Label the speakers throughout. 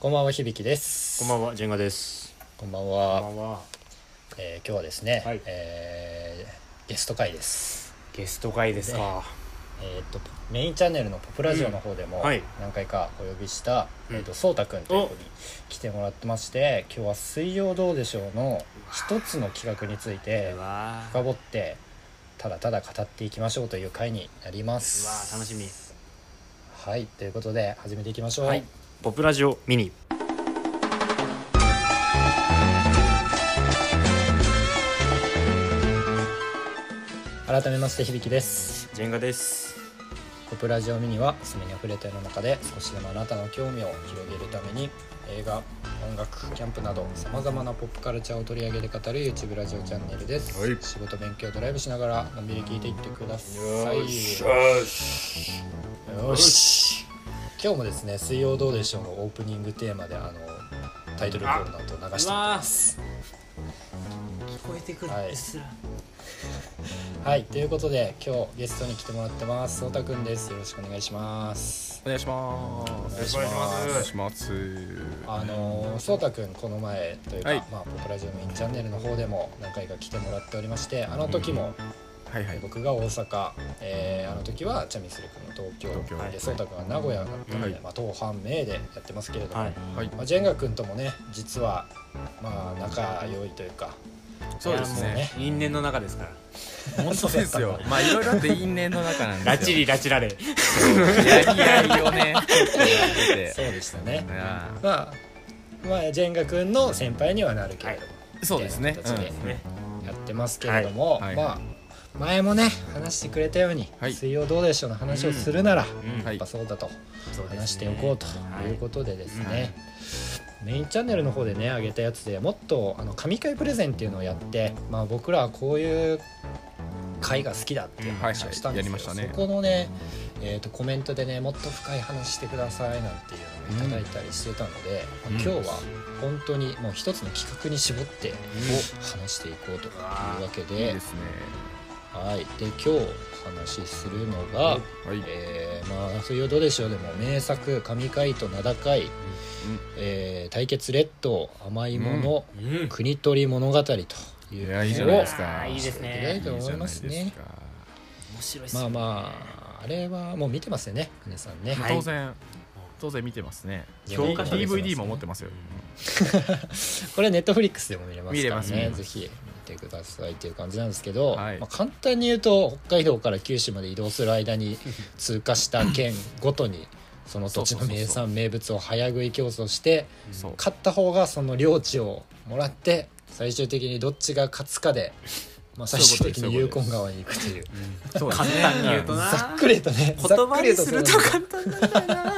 Speaker 1: こんばんは響です。
Speaker 2: こんばんは、ジェンガです。
Speaker 1: こんばん
Speaker 2: こ
Speaker 1: は。
Speaker 2: んばんは。
Speaker 1: えー今日はですね、
Speaker 2: はい
Speaker 1: えーゲスト会です。
Speaker 2: ゲスト会ですか。
Speaker 1: えーっとメインチャンネルのポップラジオの方でも
Speaker 2: うんはい
Speaker 1: 何回かお呼びした、
Speaker 2: うん
Speaker 1: えーっとそうたくんという子に来てもらってまして、今日は水曜どうでしょうの一つの企画について
Speaker 2: うわー
Speaker 1: 深掘ってただただ語っていきましょうという回になりま
Speaker 2: う
Speaker 1: す。
Speaker 2: わー楽しみ。
Speaker 1: はいということで始めていきましょう。
Speaker 2: はい。ポップラジオミニ。
Speaker 1: 改めまして響です。
Speaker 2: ジェンガです。
Speaker 1: ポップラジオミニはおすすめに触れた世の中で少しでもあなたの興味を広げるために映画音楽キャンプなどさまざまなポップカルチャーを取り上げて語る YouTube ラジオチャンネルです、
Speaker 2: はい
Speaker 1: 仕事勉強ドライブしながらのんびり聞いていってください
Speaker 2: よし
Speaker 1: よし今日もですね「水曜どうでしょう」のオープニングテーマであのタイトルコールなどを流してま
Speaker 2: 聞
Speaker 1: す
Speaker 2: こえてく
Speaker 1: るんです
Speaker 2: ら。
Speaker 1: はいということで今日ゲストに来てもらってますそうたくんですよろしくお願いします
Speaker 3: お願いします。
Speaker 1: お願いします
Speaker 3: お願いします。
Speaker 1: あのー、そうたくんこの前というか、
Speaker 3: はい
Speaker 1: まあ、ポプラジオメインチャンネルの方でも何回か来てもらっておりましてあの時も
Speaker 3: はいはい。
Speaker 1: 僕が大阪、えーあの時はチャミスル君の東
Speaker 3: 東
Speaker 1: 京
Speaker 3: 京
Speaker 1: でそうたくんは名古屋だったので、
Speaker 3: はい
Speaker 1: まあ、東半名でやってますけれども、
Speaker 2: はい。
Speaker 3: はい。
Speaker 1: まあ、ジェンガ君ともね実は、まあ、仲良いというか
Speaker 3: そうです
Speaker 1: いやもうね
Speaker 3: ね。
Speaker 2: 因縁の中ですから。
Speaker 3: 本当ですよ。まあいろいろあって因縁の中なんですよ。
Speaker 2: ラチリラチラレ。
Speaker 3: やりやりを ね。ちょっとやってて
Speaker 1: そうでしたね、
Speaker 3: あ
Speaker 1: まあ、まあジェンガ君の先輩にはなるけれども、
Speaker 3: ーそうですね
Speaker 1: み。たいな形で
Speaker 3: うん
Speaker 2: ね。
Speaker 1: やってますけれども、
Speaker 3: はい
Speaker 1: まあ前もね話してくれたように「
Speaker 3: はい
Speaker 1: 水曜どうでしょう」の話をするなら、
Speaker 2: うん
Speaker 3: は
Speaker 1: やっ
Speaker 3: い
Speaker 1: ぱ。そうだと
Speaker 2: そうですね
Speaker 1: 話しておこうということでですね、メインチャンネルの方でね上げたやつでもっとあの神回プレゼンっていうのをやって、まあ、僕らはこういう回が好きだっていう
Speaker 3: はい
Speaker 1: 話
Speaker 3: は
Speaker 1: をしたん
Speaker 3: い。
Speaker 1: で
Speaker 3: や
Speaker 1: すけど
Speaker 3: りましたね
Speaker 1: そ。このね、えー、とコメントでねもっと深い話してくださいなんていうのをいただいたりしてたので、
Speaker 3: うん
Speaker 1: まあ今日は本当にもう一つの企画に絞って話していこうというわけ
Speaker 3: いい
Speaker 1: で
Speaker 3: ですね。
Speaker 1: はい、で今日お話しするのが、
Speaker 3: はい。
Speaker 1: えーまあそういうどうでしょうでも名作「神回と名高い、えー対決レッド甘いもの、
Speaker 2: うん。
Speaker 1: 国取り物語」という
Speaker 3: い
Speaker 1: のを
Speaker 3: やいいじゃないですか。
Speaker 2: いいですね
Speaker 1: いいと思います
Speaker 3: いいじゃない
Speaker 1: ね
Speaker 3: ですか。
Speaker 2: 面白いっす
Speaker 1: ま
Speaker 2: よ
Speaker 1: あ
Speaker 2: ね。
Speaker 1: まああれはもう見てますよね皆さんね、
Speaker 2: はい
Speaker 3: 当然当然見てますね。
Speaker 2: 教科書です
Speaker 3: DVD も持ってますよ。
Speaker 1: これネットフリックスでも見れます
Speaker 3: 見れ
Speaker 1: から
Speaker 3: ます見
Speaker 1: ね
Speaker 3: れます
Speaker 1: ぜひ見てくださいっていう感じなんですけど、
Speaker 3: はい
Speaker 1: まあ、簡単に言うと北海道から九州まで移動する間に通過した県ごと にその土地の
Speaker 3: そうそうそうそう
Speaker 1: 名産名物を早食い競争して
Speaker 3: そう。
Speaker 1: 勝った方がその領地をもらって最終的にどっちが勝つかで、まあ、
Speaker 3: そう
Speaker 1: 最
Speaker 3: い
Speaker 1: 終
Speaker 3: うことです
Speaker 1: 的に有根川に行くという
Speaker 3: そうです
Speaker 2: 簡
Speaker 3: ね
Speaker 2: 単に言うとな。
Speaker 1: ざっくりとねざ
Speaker 2: 言
Speaker 1: っ
Speaker 2: 葉
Speaker 1: くり
Speaker 2: にすると
Speaker 1: そう
Speaker 2: 簡単なんだよな。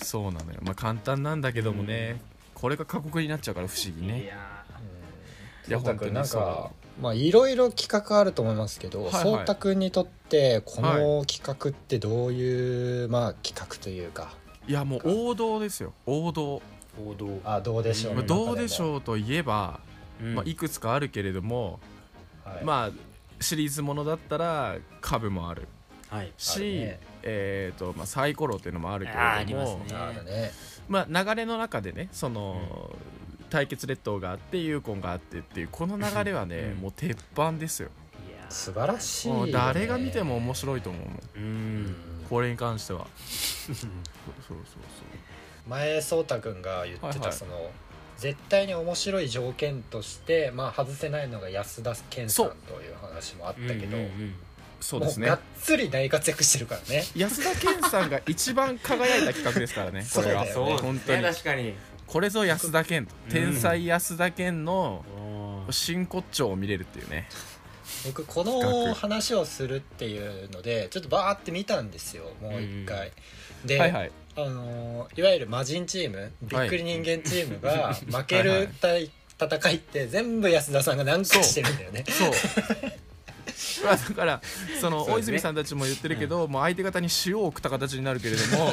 Speaker 3: そうなのよ。まあ簡単なんだけどもね。これが過酷になっちゃうから不思議
Speaker 2: い
Speaker 3: ね。
Speaker 2: や
Speaker 3: い
Speaker 1: そ
Speaker 3: や
Speaker 1: うたくんなん
Speaker 3: そう
Speaker 1: かまあいろいろ企画あると思いますけど、
Speaker 3: はいはい
Speaker 1: そうたくんにとってこの企画ってどういう、まあ企画というか
Speaker 3: いやもう王道ですよ王道、
Speaker 2: ー王道。
Speaker 1: あどうでしょう
Speaker 3: まあ、
Speaker 1: の中も
Speaker 3: どうでしょうといえば、
Speaker 2: うん
Speaker 3: まあ、いくつかあるけれども、
Speaker 1: はい
Speaker 3: まあシリーズものだったら株もある
Speaker 2: はい。
Speaker 3: し
Speaker 1: あるね
Speaker 3: えーとまあ、サイコロっていうのもあるけれども
Speaker 2: あーありますね
Speaker 1: なるね
Speaker 3: まあ、流れの中でねその、対決列島があってユーコンがあってっていうこの流れはね、
Speaker 2: うん
Speaker 3: もう鉄板ですよ
Speaker 2: いやー
Speaker 1: 素晴らしいよ
Speaker 3: も
Speaker 1: ね、
Speaker 3: う誰が見ても面白いと思うもん
Speaker 2: うん。
Speaker 3: これに関してはそうそう
Speaker 1: 前そうたくんが言ってた、
Speaker 3: はいはい
Speaker 1: その絶対に面白い条件として、まあ、外せないのが安田健さん
Speaker 3: そう
Speaker 1: という話もあったけど、
Speaker 2: うんうんうん
Speaker 3: そうそうです
Speaker 1: もうが
Speaker 3: ね
Speaker 1: っつり大活躍してるからね
Speaker 3: 安田顕さんが一番輝いた企画ですからねこれ
Speaker 1: そうだよ
Speaker 3: は
Speaker 1: ね
Speaker 2: そう
Speaker 3: 本
Speaker 2: 本
Speaker 3: 当
Speaker 2: 当
Speaker 3: に
Speaker 2: に確かに
Speaker 3: これぞ安田健
Speaker 2: うん
Speaker 3: 天才安田健の
Speaker 2: おー
Speaker 3: 真骨頂を見れるっていうね
Speaker 1: 僕こ
Speaker 3: 企
Speaker 1: の
Speaker 3: 画
Speaker 1: 話をするっていうのでちょっとバーって見たんですよもう一回、で、
Speaker 3: はいいはい
Speaker 1: あのーいわゆる魔人チームびっくり人間チームが 負け
Speaker 3: はいはい
Speaker 1: る対戦いって全部安田さんが何かしてるんだよね
Speaker 3: そうまあだからその
Speaker 2: そうですね
Speaker 3: 大泉さんたちも言ってるけどもう相手方に塩を送った形になるけれども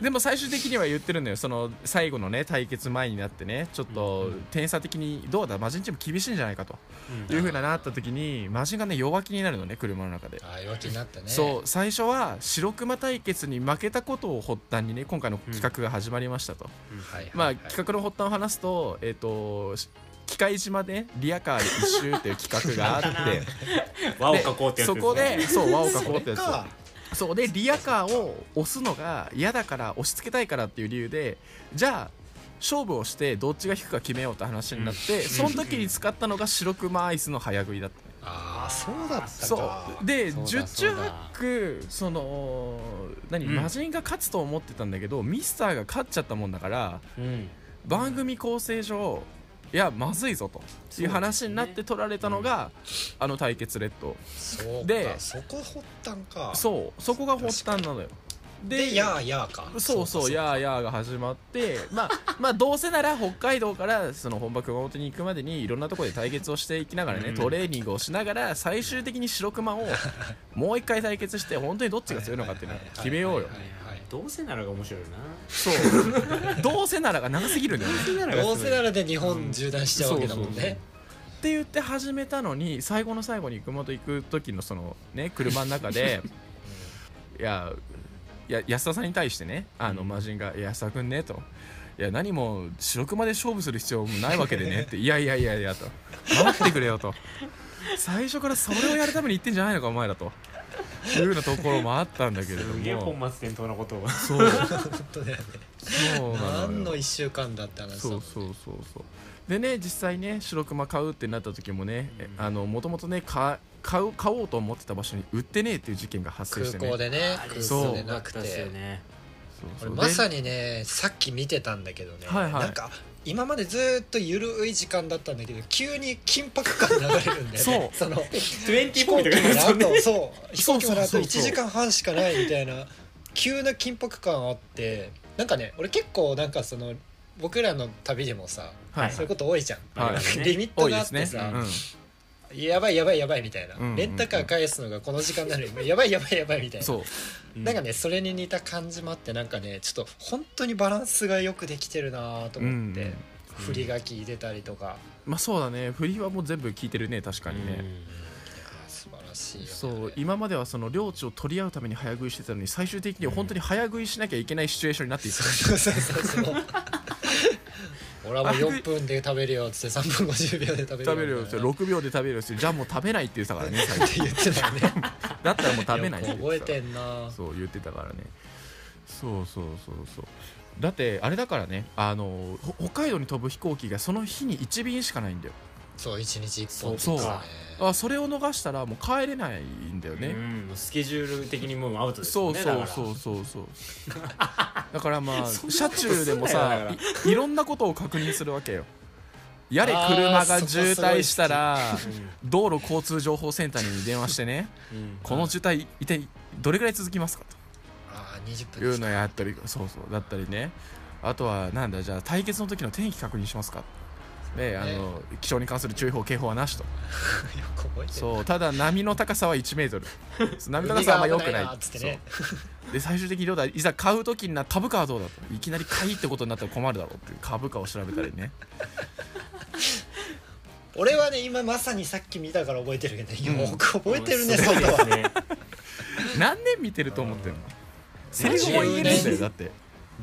Speaker 3: でも最終的には言ってるのよその最後のね対決前になってねちょっと点差的にどうだマジンチーム厳しいんじゃないかというふうななった時にマジンがね弱気になるのね車の中で。
Speaker 1: ああ弱気になったね
Speaker 3: そう最初は白熊対決に負けたことを発端にね今回の企画が始まりましたと、
Speaker 2: うん
Speaker 1: はいはい、はい、
Speaker 3: まあ企画の発端を話すとえっ、とし機械島でリアカーで一周っていう企画があ って
Speaker 2: 輪を書こうって
Speaker 3: で
Speaker 2: やつ
Speaker 3: そ
Speaker 2: ですね
Speaker 3: こでそう輪を書
Speaker 1: そ
Speaker 3: こう
Speaker 1: れ
Speaker 3: ってやつ
Speaker 1: か
Speaker 3: そうでリアカーを押すのが嫌だから押し付けたいからっていう理由でじゃあ勝負をしてどっちが引くか決めようって話になって、その時に使ったのが白熊アイスの早食いだったね
Speaker 1: ああそうだったか
Speaker 3: そうで
Speaker 2: そうだ
Speaker 3: 十中
Speaker 2: そうだ
Speaker 3: 八九その何、
Speaker 2: うん
Speaker 3: 魔人が勝つと思ってたんだけどミスターが勝っちゃったもんだから
Speaker 2: うん
Speaker 3: 番組構成上いやまずいぞという話になって取られたのが、あの対決レッド
Speaker 1: そうか
Speaker 3: で
Speaker 1: そこ発端か
Speaker 3: そうそこが発端なのよ
Speaker 1: でやーやーか
Speaker 3: そうそう
Speaker 1: か
Speaker 3: やーやーが始まって まあまあどうせなら北海道からその本場熊本に行くまでにいろんなところで対決をしていきながらね、
Speaker 2: うん
Speaker 3: トレーニングをしながら最終的に白熊をもう一回対決して本当にどっちが強いのかっていうのを決めようよ
Speaker 1: はいはい
Speaker 2: どうせならが面白いよな
Speaker 3: そうどうせならが長すぎるんだよね
Speaker 2: どうせならが
Speaker 1: どうせな
Speaker 2: ら
Speaker 1: らで日本縦断しちゃうわけだもんね、
Speaker 3: って言って始めたのに最後の最後に熊本行く時のそのね車の中 でいやいや安田さんに対してねあの魔人が「いや安田君ね」と「いや何も白熊で勝負する必要もないわけでね」って「いやいやいやいや」と「待ってくれよ」と「最初からそれをやるために行ってんじゃないのかお前ら」というようなところもあったんだけれど
Speaker 2: すげえ
Speaker 3: も
Speaker 2: 本末転倒なことを
Speaker 3: そう
Speaker 1: 本当だよね
Speaker 3: そうな
Speaker 1: 何
Speaker 3: の
Speaker 1: の
Speaker 3: よ
Speaker 1: 一週間だって話だ
Speaker 3: そ
Speaker 1: もん
Speaker 3: う
Speaker 1: ね
Speaker 3: そうそうそうでね実際ね白熊買うってなった時もねえあのもともとねか買う買おうと思ってた場所に売ってねえっていう事件が発生して
Speaker 1: 空
Speaker 3: ね
Speaker 1: 港でね
Speaker 2: あれ
Speaker 1: 空
Speaker 3: そう
Speaker 1: 港でなく
Speaker 2: そうだったっすよ
Speaker 1: て
Speaker 2: ね
Speaker 3: そうそ
Speaker 1: 俺
Speaker 3: う
Speaker 1: まさ
Speaker 3: に
Speaker 1: にねさっき見てたんだけどね、
Speaker 3: はいはい
Speaker 1: なんか今までずーっとゆるい時間だったんだけど急に緊迫感流れるんだよねその飛行
Speaker 2: 24
Speaker 1: 機
Speaker 2: と
Speaker 1: ま
Speaker 2: か
Speaker 1: で
Speaker 2: ね
Speaker 1: あ
Speaker 2: そんな
Speaker 1: とそう飛
Speaker 3: そ
Speaker 1: 行
Speaker 3: うそうそうそう
Speaker 1: 機まであと1時間半しかないみたいな急な緊迫感あってなんかね俺結構なんかその僕らの旅でもさ
Speaker 3: はい
Speaker 1: そういうこと多いじゃん、
Speaker 3: はい
Speaker 1: なんかリミッ
Speaker 3: 多
Speaker 1: ト
Speaker 3: い
Speaker 1: があっ
Speaker 3: です
Speaker 1: て
Speaker 3: ね
Speaker 1: さ、
Speaker 3: うん
Speaker 1: やばいやばいやばいみたいな、
Speaker 3: うんうんうん
Speaker 1: レンタカー返すのがこの時間なのにやばいやばいやばいみたいな
Speaker 3: そう
Speaker 1: なんかねそれに似た感じもあってなんかねちょっと本当にバランスがよくできてるなと思って、
Speaker 3: うんうん
Speaker 1: 振りが効いてたりとか、
Speaker 3: まあそうだね振りはもう全部聞いてるね確かにね
Speaker 1: いやー素晴らしいよ、ね、
Speaker 3: そう今まではその領地を取り合うために早食いしてたのに最終的には本当に早食いしなきゃいけないシチュエーションになっていった
Speaker 1: そうそうそうそう俺はもう4分で食べるよっつって3分50秒で食べる
Speaker 3: 食べるよ
Speaker 1: みたいな
Speaker 3: 6秒で食べるよじゃあもう食べないって言ってたからね最
Speaker 1: っ
Speaker 3: 初
Speaker 1: て言ってたよね
Speaker 3: だったらもう 食べないって
Speaker 1: よ
Speaker 3: 言
Speaker 1: く
Speaker 3: って
Speaker 1: 覚
Speaker 3: た
Speaker 1: えてんな
Speaker 3: そう言ってたからねそうそうそうそうだってあれだからねあのほ北海道に飛ぶ飛行機がその日に1便しかないんだよ
Speaker 1: そう1日1本
Speaker 3: そう
Speaker 1: とかね
Speaker 3: あそれを逃したらもう帰れないんだよ
Speaker 2: う
Speaker 3: ね、
Speaker 2: んもうスケジュール的にもうアウトです
Speaker 3: そ
Speaker 2: よ
Speaker 3: う
Speaker 2: ね
Speaker 3: そう
Speaker 2: だ
Speaker 3: そう
Speaker 2: か
Speaker 3: そうそうだからま あ
Speaker 2: そんなこと
Speaker 3: 車中でも
Speaker 2: すんなよ
Speaker 3: さ
Speaker 2: だか
Speaker 3: いいろんなことを確認するわけよやれ
Speaker 1: あー
Speaker 3: 車が
Speaker 1: そこ
Speaker 3: 渋滞したら
Speaker 2: ら
Speaker 3: 道路交通情報センターに電話してね
Speaker 2: うんうん
Speaker 3: この渋滞一体どれぐらい続きますかと
Speaker 1: あー20
Speaker 3: い
Speaker 1: 分
Speaker 3: うのやったりそうそうだったりねあとはなんだじゃあ対決の時の天気確認しますかであの気象に関する注意報警報はなしと
Speaker 1: よく覚えてる
Speaker 3: そうただ波の高さは1メートル波の高さはあんま良くない
Speaker 1: 海が危ないなっつってね
Speaker 3: そうで最終的にどうだいざ買う時にな株価はどうだといきなり買いってことになったら困るだろうっていう株価を調べたりね
Speaker 1: 俺はね今まさにさっき見たから覚えてるけど、ね
Speaker 3: うん
Speaker 1: よく覚えてるね、
Speaker 2: す
Speaker 1: そ
Speaker 2: ご
Speaker 1: こ
Speaker 2: いです
Speaker 1: は
Speaker 2: ね
Speaker 3: 何年見てると思ってるのセリフも言えないんだよだって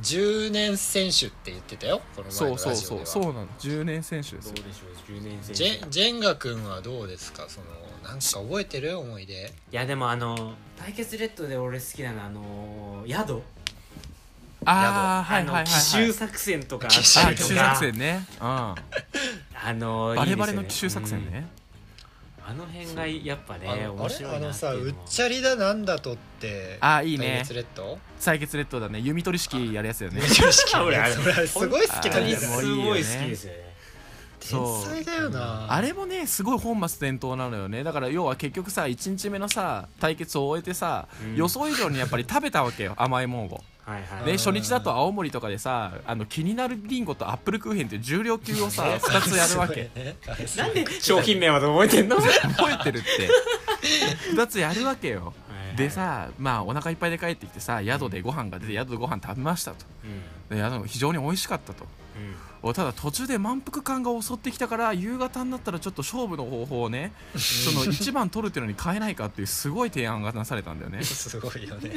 Speaker 1: 10年選手って言ってたよこの前
Speaker 3: そ
Speaker 1: の
Speaker 3: うそう
Speaker 1: ラジオ
Speaker 3: そ
Speaker 1: で
Speaker 3: う
Speaker 1: は
Speaker 3: そうなの10年選手で
Speaker 2: ど
Speaker 3: す
Speaker 2: う
Speaker 3: よ
Speaker 2: でしょう10年生
Speaker 1: ジェンジェンガ君はどうですかそのなんか覚えてる思い出
Speaker 2: いやでもあの対決レッドで俺好きなのあの宿
Speaker 3: ああは
Speaker 2: あ
Speaker 3: いはいはい
Speaker 2: の
Speaker 3: はい
Speaker 2: 奇襲作戦とかあった
Speaker 3: あ
Speaker 2: り
Speaker 3: 奇
Speaker 2: と
Speaker 3: 襲
Speaker 2: か
Speaker 3: 作戦ねうん
Speaker 2: あのいいです
Speaker 3: バレ
Speaker 2: よね
Speaker 3: バレの奇襲作戦
Speaker 2: う
Speaker 3: ね
Speaker 2: んあの辺がやっぱ
Speaker 1: あ
Speaker 2: ね
Speaker 1: のあ
Speaker 2: 面
Speaker 1: れ
Speaker 2: 白
Speaker 1: あ
Speaker 2: い
Speaker 1: の
Speaker 2: なってい
Speaker 1: さう
Speaker 2: う
Speaker 1: っ
Speaker 2: のは
Speaker 1: ちゃりだなんだとって
Speaker 3: あ ーいいね
Speaker 1: 対決レッド
Speaker 3: 採決列島だね弓取り式やるやつだよね
Speaker 1: 常識
Speaker 2: 俺あれ
Speaker 1: それすごい好き
Speaker 2: 本当
Speaker 1: だ
Speaker 2: に
Speaker 1: ね
Speaker 3: あれ
Speaker 2: す
Speaker 3: もう
Speaker 2: ごい好きですよね
Speaker 1: 天才だよな
Speaker 3: あれもねすごい本末転倒なのよねだから要は結局さ1日目のさ対決を終えてさ、
Speaker 2: うん
Speaker 3: 予想以上にやっぱり食べたわけよ甘いもんを
Speaker 2: はいはい
Speaker 3: で
Speaker 1: うん
Speaker 3: 初日だと青森とかでさあの気になるリンゴとアップルクーヘンっていう重量級をさ2つやるわけ
Speaker 1: すごいね あれすごい
Speaker 2: なんで商品名まで覚えてんのはい
Speaker 3: 覚えてるって2つやるわけよ
Speaker 2: はい
Speaker 3: でさまあお腹いっぱいで帰ってきてさ宿でご飯が出て宿でご飯食べましたと
Speaker 2: うん
Speaker 3: で宿も非常に美味しかったと
Speaker 2: うん
Speaker 3: おただ途中で満腹感が襲ってきたから夕方になったらちょっと勝負の方法を ねその1番取るっていうのに変えないかっていうすごい提案がなされたんだよね
Speaker 1: すごいよね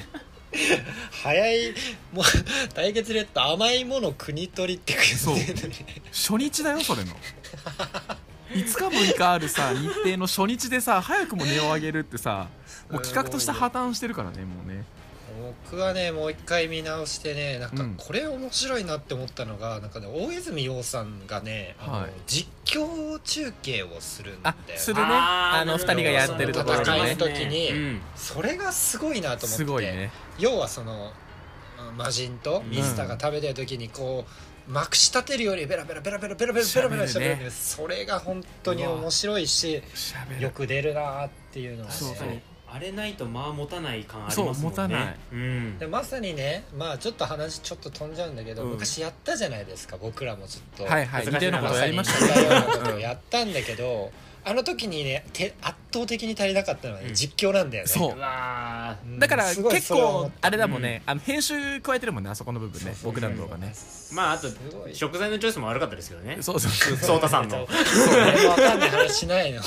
Speaker 1: 早いもう対決レッド甘いもの国取りって
Speaker 3: そう
Speaker 1: 感じで
Speaker 3: 初日だよそれの5日6日ある さ日程の初日でさ早くも値を上げるってさもう企画として破綻してるからねもうね
Speaker 1: 僕はねもう一回見直してねなんか
Speaker 3: うん
Speaker 1: これ面白いなって思ったのが、なんかね大泉洋さんがねあの、
Speaker 3: はい
Speaker 1: 実況中継をするんだよ
Speaker 3: あ
Speaker 1: ね
Speaker 3: するね
Speaker 2: あー
Speaker 3: あの
Speaker 2: な
Speaker 3: 2
Speaker 2: るほ
Speaker 3: 人が
Speaker 2: ど
Speaker 3: やってるところ
Speaker 1: 戦
Speaker 3: の
Speaker 1: い
Speaker 3: ね
Speaker 1: の時に
Speaker 2: うん
Speaker 1: それがすごいなと思って
Speaker 3: すごいね
Speaker 1: 要はそのうん魔人とミスターが食べてる時にこう、まくし立てるよりベラベラベラベラベラベラベラベラしゃべる
Speaker 3: 喋る
Speaker 1: ねそれが本当に面白いし
Speaker 3: しゃべ
Speaker 1: よ
Speaker 3: る
Speaker 1: く出るなっていうのはね
Speaker 3: そう
Speaker 2: 確かにあれないと間持たない感あります
Speaker 3: そ
Speaker 2: も
Speaker 3: うん
Speaker 2: ね
Speaker 3: 持たない
Speaker 2: うん
Speaker 1: でまさにねまあちょっと話ちょっと飛んじゃうんだけど、
Speaker 3: うん
Speaker 1: 昔やったじゃないですか僕らもちょっと、
Speaker 3: はいはい似
Speaker 2: 難
Speaker 3: た
Speaker 2: し
Speaker 3: よ
Speaker 2: いうな
Speaker 3: なことやりました
Speaker 1: まさに似たような
Speaker 3: ね
Speaker 1: ことをやったんだけど、あの時にね手圧倒的に足りなかったのは、ね
Speaker 2: うん
Speaker 1: 実況なんだよね
Speaker 3: そう
Speaker 2: うわ
Speaker 1: うん
Speaker 3: だから
Speaker 1: すごい
Speaker 3: 結
Speaker 1: それは思
Speaker 3: 構
Speaker 1: った
Speaker 3: あれだもんね、あの編集加えてるもんねあそこの部分ね
Speaker 1: そうそう
Speaker 3: 僕らの動画ね
Speaker 2: ーまああと
Speaker 1: すごい
Speaker 2: 食材のチョイスも悪かったですけどね
Speaker 3: そうそうそう
Speaker 2: そうたさんの
Speaker 1: 俺もわかんない話しないの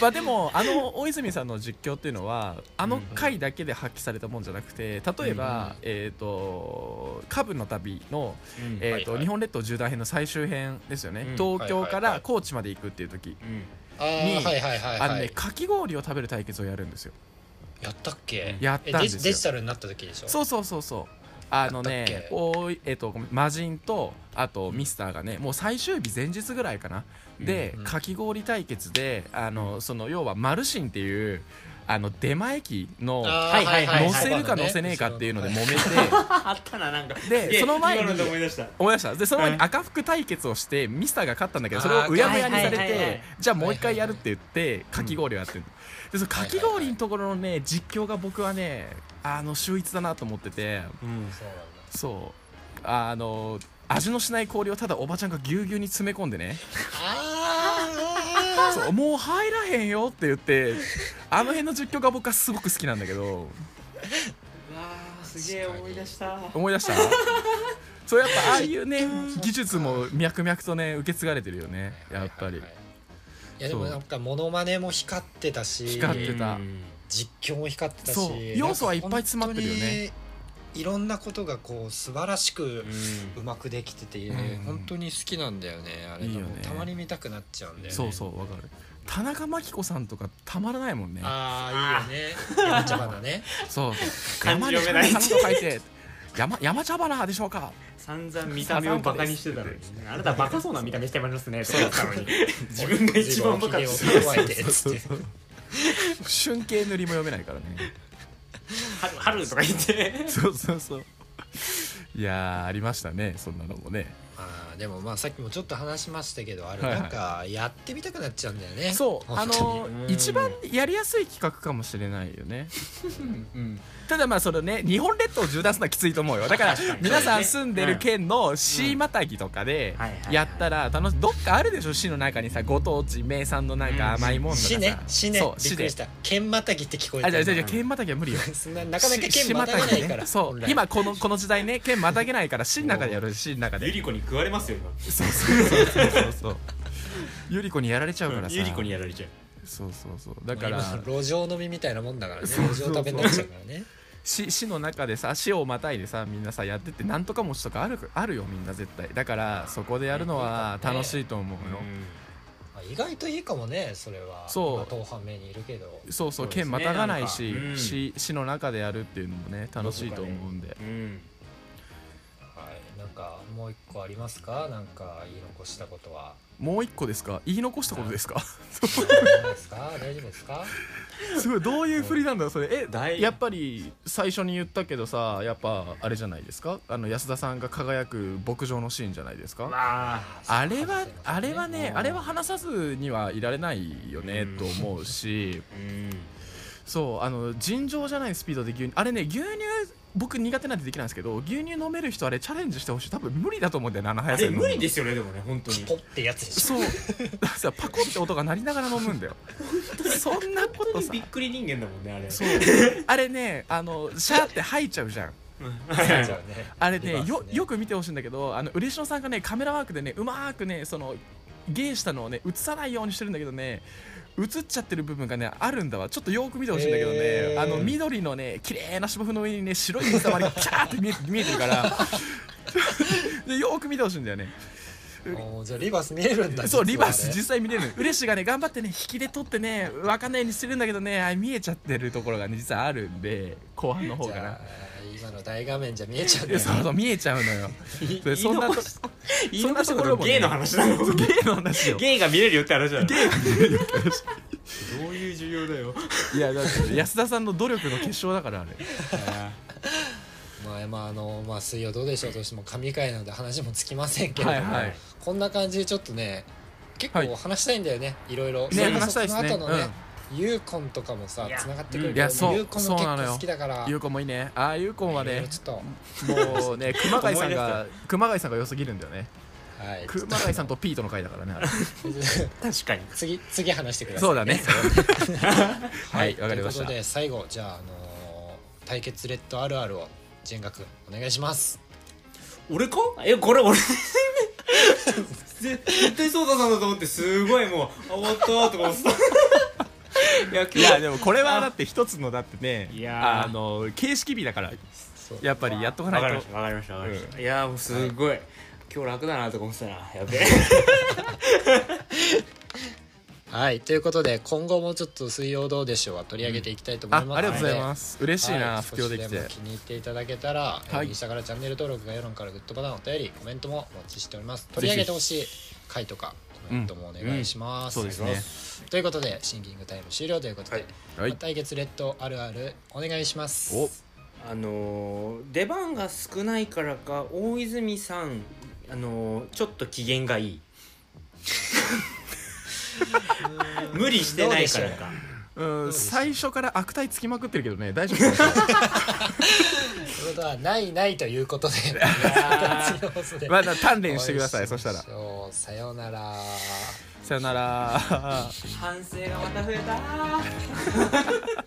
Speaker 3: まあでもあの大泉さんの実況っていうのはあの回だけで発揮されたもんじゃなくて例えば、
Speaker 1: うん
Speaker 3: えっ、と「カブの旅の」
Speaker 2: うん
Speaker 3: えーと
Speaker 1: はいはい
Speaker 3: 日本列島縦断編の最終編ですよね、
Speaker 2: うん
Speaker 3: 東京
Speaker 1: はいはいは
Speaker 3: から
Speaker 1: い
Speaker 3: 高知まで行くっていう時、
Speaker 2: うん
Speaker 1: あーはいはいはい
Speaker 3: あの
Speaker 1: は
Speaker 3: ね
Speaker 1: い
Speaker 3: かき氷を食べる対決をやるんですよ
Speaker 1: やったっけ
Speaker 3: やったんです
Speaker 1: え
Speaker 3: よ
Speaker 1: デジデジタルになった時でしょ
Speaker 3: そうそうそうそうあの
Speaker 1: やった
Speaker 3: ね
Speaker 1: っけ
Speaker 3: おいえっ、とごめん魔人とあとミスターがねもう最終日前日ぐらいかな、で
Speaker 1: うん
Speaker 3: かき氷対決であのその要はマルシンっていうあの出前機の
Speaker 1: あー
Speaker 2: はいはいはい
Speaker 3: 乗せるか乗せねえかっていうので揉めて
Speaker 2: あったななんか
Speaker 3: です
Speaker 2: げえ
Speaker 3: その前に
Speaker 2: 今ので思い出した
Speaker 3: 思い出したでその前に
Speaker 2: はい
Speaker 3: 赤服対決をしてミスターが勝ったんだけどそれをうやむやにされ
Speaker 2: あーはいはいはいは
Speaker 3: て
Speaker 2: い
Speaker 3: じゃあもう一回やるって言ってかき氷をやってるでそのかき氷のところのね実況が僕はねあの秀逸だなと思ってて
Speaker 2: うん
Speaker 1: そうなんだ
Speaker 3: そうあの味のしない氷をただおばちゃんがぎゅうぎゅうに詰め込んでね
Speaker 1: あー
Speaker 3: そうもう入らへんよって言ってあの辺の実況が僕はすごく好きなんだけど
Speaker 2: うわーすげえ思い出した
Speaker 3: 思い出したそうやっぱああいうね技術も脈々とね受け継がれてるよねやっぱり
Speaker 1: はいはいはいいやでもなんかモノマネも光ってたし
Speaker 3: 光ってた
Speaker 2: うん
Speaker 1: 実況も光ってたし
Speaker 3: そう要素はいっぱい詰まってるよね
Speaker 1: なんか本当にいろんなことがこう素晴らしく
Speaker 2: うん
Speaker 1: うまくできてて、
Speaker 3: うん
Speaker 1: 本当に好きなんだよねあれが
Speaker 3: いいよ
Speaker 1: もう
Speaker 3: ね
Speaker 1: たまに見たくなっちゃうんだよね
Speaker 3: そうそうわかる田中真紀子さんとかたまらないもんね
Speaker 1: ああいいよね山茶花 ね
Speaker 3: そう
Speaker 2: 漢字
Speaker 3: に
Speaker 2: 読めない
Speaker 3: 花と書いて山山茶花でしょうか
Speaker 2: 散々見た目をバカにしてたのにあなたバカそうな見た目してますねとか言ったのに自分が一番バカ
Speaker 1: で
Speaker 2: ですす
Speaker 1: い てっつって
Speaker 3: 瞬景塗りも読めないからね
Speaker 2: 春春とか言って
Speaker 3: そうそうそういやーありましたねそんなのもね
Speaker 1: あーでもまあさっきもちょっと話しましたけどあれ
Speaker 3: はいはい
Speaker 1: なんかやってみたくなっちゃうんだよね、
Speaker 3: そうあ
Speaker 1: 本当に
Speaker 3: の
Speaker 2: うん
Speaker 3: 一番やりやすい企画かもしれないよねただまあそれね日本列島を縦断するのはきついと思うよだから
Speaker 2: 確かに
Speaker 3: 皆さん
Speaker 2: そうですね
Speaker 3: 住んでる県の市またぎとかで
Speaker 2: はいはいはい
Speaker 3: やったら楽しいどっかあるでしょ市の中にさご当地名産のなんか甘いもんとか
Speaker 1: 死
Speaker 3: さ
Speaker 1: ね死ね
Speaker 3: そう
Speaker 1: びっ
Speaker 3: 市
Speaker 1: くり
Speaker 3: で
Speaker 1: した剣またぎって聞こえ
Speaker 3: あじゃあじゃあ
Speaker 1: た
Speaker 3: じゃあ県またぎは無理よ
Speaker 1: そんななかなか剣またげないから
Speaker 3: し島
Speaker 1: 本来
Speaker 3: ねそう今このこの時代ね県またげないから市の中でやる市の中で
Speaker 2: ゆり子に食われますよ
Speaker 3: そうそうそうそうそうそう ゆり子にやられちゃうか
Speaker 2: 今
Speaker 3: らさ
Speaker 2: ゆり子にやられちゃう
Speaker 3: そうそうそうだから
Speaker 1: まあ今路上飲みみたいなもんだからね
Speaker 3: そう
Speaker 1: 路上食べになっちゃうからね
Speaker 3: 市市の中でさ市をまたいでさみんなさやってってなんとか餅とかあるあるよみんな絶対だからそこでやるのは楽しいと思うよ、
Speaker 1: まあ意外といいかもねそれは
Speaker 3: そう
Speaker 1: まあ東半目にいるけど
Speaker 3: そう
Speaker 2: そ
Speaker 3: そう
Speaker 2: うです
Speaker 3: 県
Speaker 2: ね
Speaker 3: またがないし、
Speaker 2: なんかうん
Speaker 3: 市市の中でやるっていうのもね楽しいと思うんで、
Speaker 2: うん
Speaker 1: はいなんかもう一個ありますかなんか言い残したこと は
Speaker 3: もう一個ですか言い残したことですか
Speaker 1: ないですか大丈夫ですか
Speaker 3: すごいどういう振りなんだろうそれ
Speaker 2: 大
Speaker 3: えやっぱり最初に言ったけどさやっぱあれじゃないですかあの安田さんが輝く牧場のシーンじゃないですか
Speaker 2: わあ
Speaker 3: あれはあれは
Speaker 2: う
Speaker 3: ね
Speaker 2: ん
Speaker 3: あれは話さずにはいられないよね
Speaker 2: うん
Speaker 3: と思うし
Speaker 2: うん
Speaker 3: そうあの尋常じゃないスピードで牛乳あれね牛乳僕苦手なんでできないんですけど牛乳飲める人あれチャレンジしてほしい多分無理だと思うんだよ7
Speaker 2: あ
Speaker 3: 早さ
Speaker 2: れ
Speaker 3: に飲む
Speaker 2: 無理ですよねでもね本当に
Speaker 1: ポッてやつでしょ
Speaker 3: そうだからさパコって音が鳴りながら飲むん だよそんなこ
Speaker 2: 本当
Speaker 3: と
Speaker 2: に
Speaker 3: さ
Speaker 2: びっくり人間だもんねあれ
Speaker 3: そうあれねあのシャーって吐いちゃうじゃん
Speaker 1: そうじゃね
Speaker 3: あれねよよ
Speaker 1: く
Speaker 3: く見てほしいんだけどあの嬉野さんがねカメラワークでねうまーくねそのゲーしたのをね映さないようにしてるんだけどね映っちゃってる部分がねあるんだわちょっとよく見てほしいんだけどね、
Speaker 1: へー
Speaker 3: あの緑のね綺麗な芝生の上にね白い水たまりがピャーって見え見えてるから でよく見てほしいんだよね
Speaker 1: じゃあリバース見えるんだ
Speaker 3: そうリバース
Speaker 1: 実
Speaker 3: 実際見れる嬉しがね頑張ってね引きで取ってね分かんないようにしてるんだけどねあ見えちゃってるところがね実はあるんで後半の方
Speaker 1: はね
Speaker 3: か
Speaker 1: じゃ
Speaker 3: な
Speaker 1: あ今の大画面じゃ見えちゃうんだ
Speaker 3: いや
Speaker 1: よ
Speaker 3: そうそう見えちゃうのよそれそんなと
Speaker 2: 言い
Speaker 3: そん
Speaker 2: 残
Speaker 3: な
Speaker 2: した
Speaker 3: と
Speaker 2: こ
Speaker 3: こ
Speaker 2: ろ
Speaker 3: ろ
Speaker 2: も
Speaker 3: も
Speaker 2: ゲ
Speaker 3: ね
Speaker 2: イの話なの
Speaker 3: ゲイの話よ
Speaker 2: ゲイが見れるよって話だろど
Speaker 3: ゲイ
Speaker 2: ういう需要だよ
Speaker 3: いやだって安田さんの努力の結晶だからあれ
Speaker 1: まあまああのまあ水曜どうでしょうとしても神回なので話もつきませんけれど
Speaker 3: は
Speaker 1: も、
Speaker 3: いはい
Speaker 1: こんな感じでちょっとね結
Speaker 3: はい
Speaker 1: 構話したいんだよね、い、ろいろ
Speaker 3: ね
Speaker 1: それこそ
Speaker 3: 話したいですね
Speaker 1: この後のね
Speaker 3: うん、
Speaker 1: ユーコンとかもさ
Speaker 2: いや
Speaker 1: つながってくる
Speaker 3: いや
Speaker 1: けど
Speaker 3: そう
Speaker 1: ユーコンも
Speaker 3: そう
Speaker 1: 結
Speaker 3: なのよ
Speaker 1: 構好きだから
Speaker 3: ゆうこもいいねああゆうこんはい
Speaker 1: ろい
Speaker 3: ね
Speaker 1: ろちょっと
Speaker 3: もうね熊谷さん
Speaker 2: 思
Speaker 3: が熊谷さんが良すぎるんだよね
Speaker 1: はい
Speaker 3: 熊谷さんとピートの回だからねあれ
Speaker 2: 確かに
Speaker 1: 次次話してください
Speaker 3: そうだね
Speaker 1: は
Speaker 3: はいいわかりまし
Speaker 1: というこ
Speaker 3: た
Speaker 1: とで最後じゃあ、あのー対決レッドあるあるをジェンガ君お願いします
Speaker 2: 俺かえこれ俺絶 絶対ソータさんだと思ってすごいもうあ終わったーとか思ってたいや今
Speaker 3: いやでもこれはだって一つのだってね
Speaker 2: いやー
Speaker 3: あの形式日だから
Speaker 1: そう
Speaker 3: やっぱりやっとかないと
Speaker 2: わかりましたわかりました、いやーもうすごい、今日楽だなとか思ってたなやべえ
Speaker 1: はいということで今後もちょっと「水曜どうでしょう」は取り上げていきたいと思
Speaker 3: あ
Speaker 1: い
Speaker 3: あ
Speaker 1: ます
Speaker 3: り
Speaker 1: ので
Speaker 3: がとうございます嬉しい
Speaker 1: は
Speaker 3: ない布教でき
Speaker 1: 少し
Speaker 3: て
Speaker 1: も気に入っていただけたら、えー
Speaker 3: はい
Speaker 1: 右下からチャンネル登録が世論からグッドボタンお便りコメントもお待ちしております取り上げてほしい回とかコメントもお願いします、
Speaker 3: そうですね
Speaker 1: ということでシンキングタイム終了ということで、
Speaker 2: はい
Speaker 3: はい
Speaker 1: また来月レッドあるあるお願いします
Speaker 3: お
Speaker 2: あのー出番が少ないからか大泉さんあのーちょっと機嫌がいい 無理してないからか
Speaker 3: うん最初から悪態つきまくってるけどね大丈夫 か
Speaker 1: ということはないないという ことで次の放送で
Speaker 3: なまだ鍛錬してくださいそしたら
Speaker 1: そうさようなら
Speaker 3: さよなら
Speaker 2: 反省がまた増えたー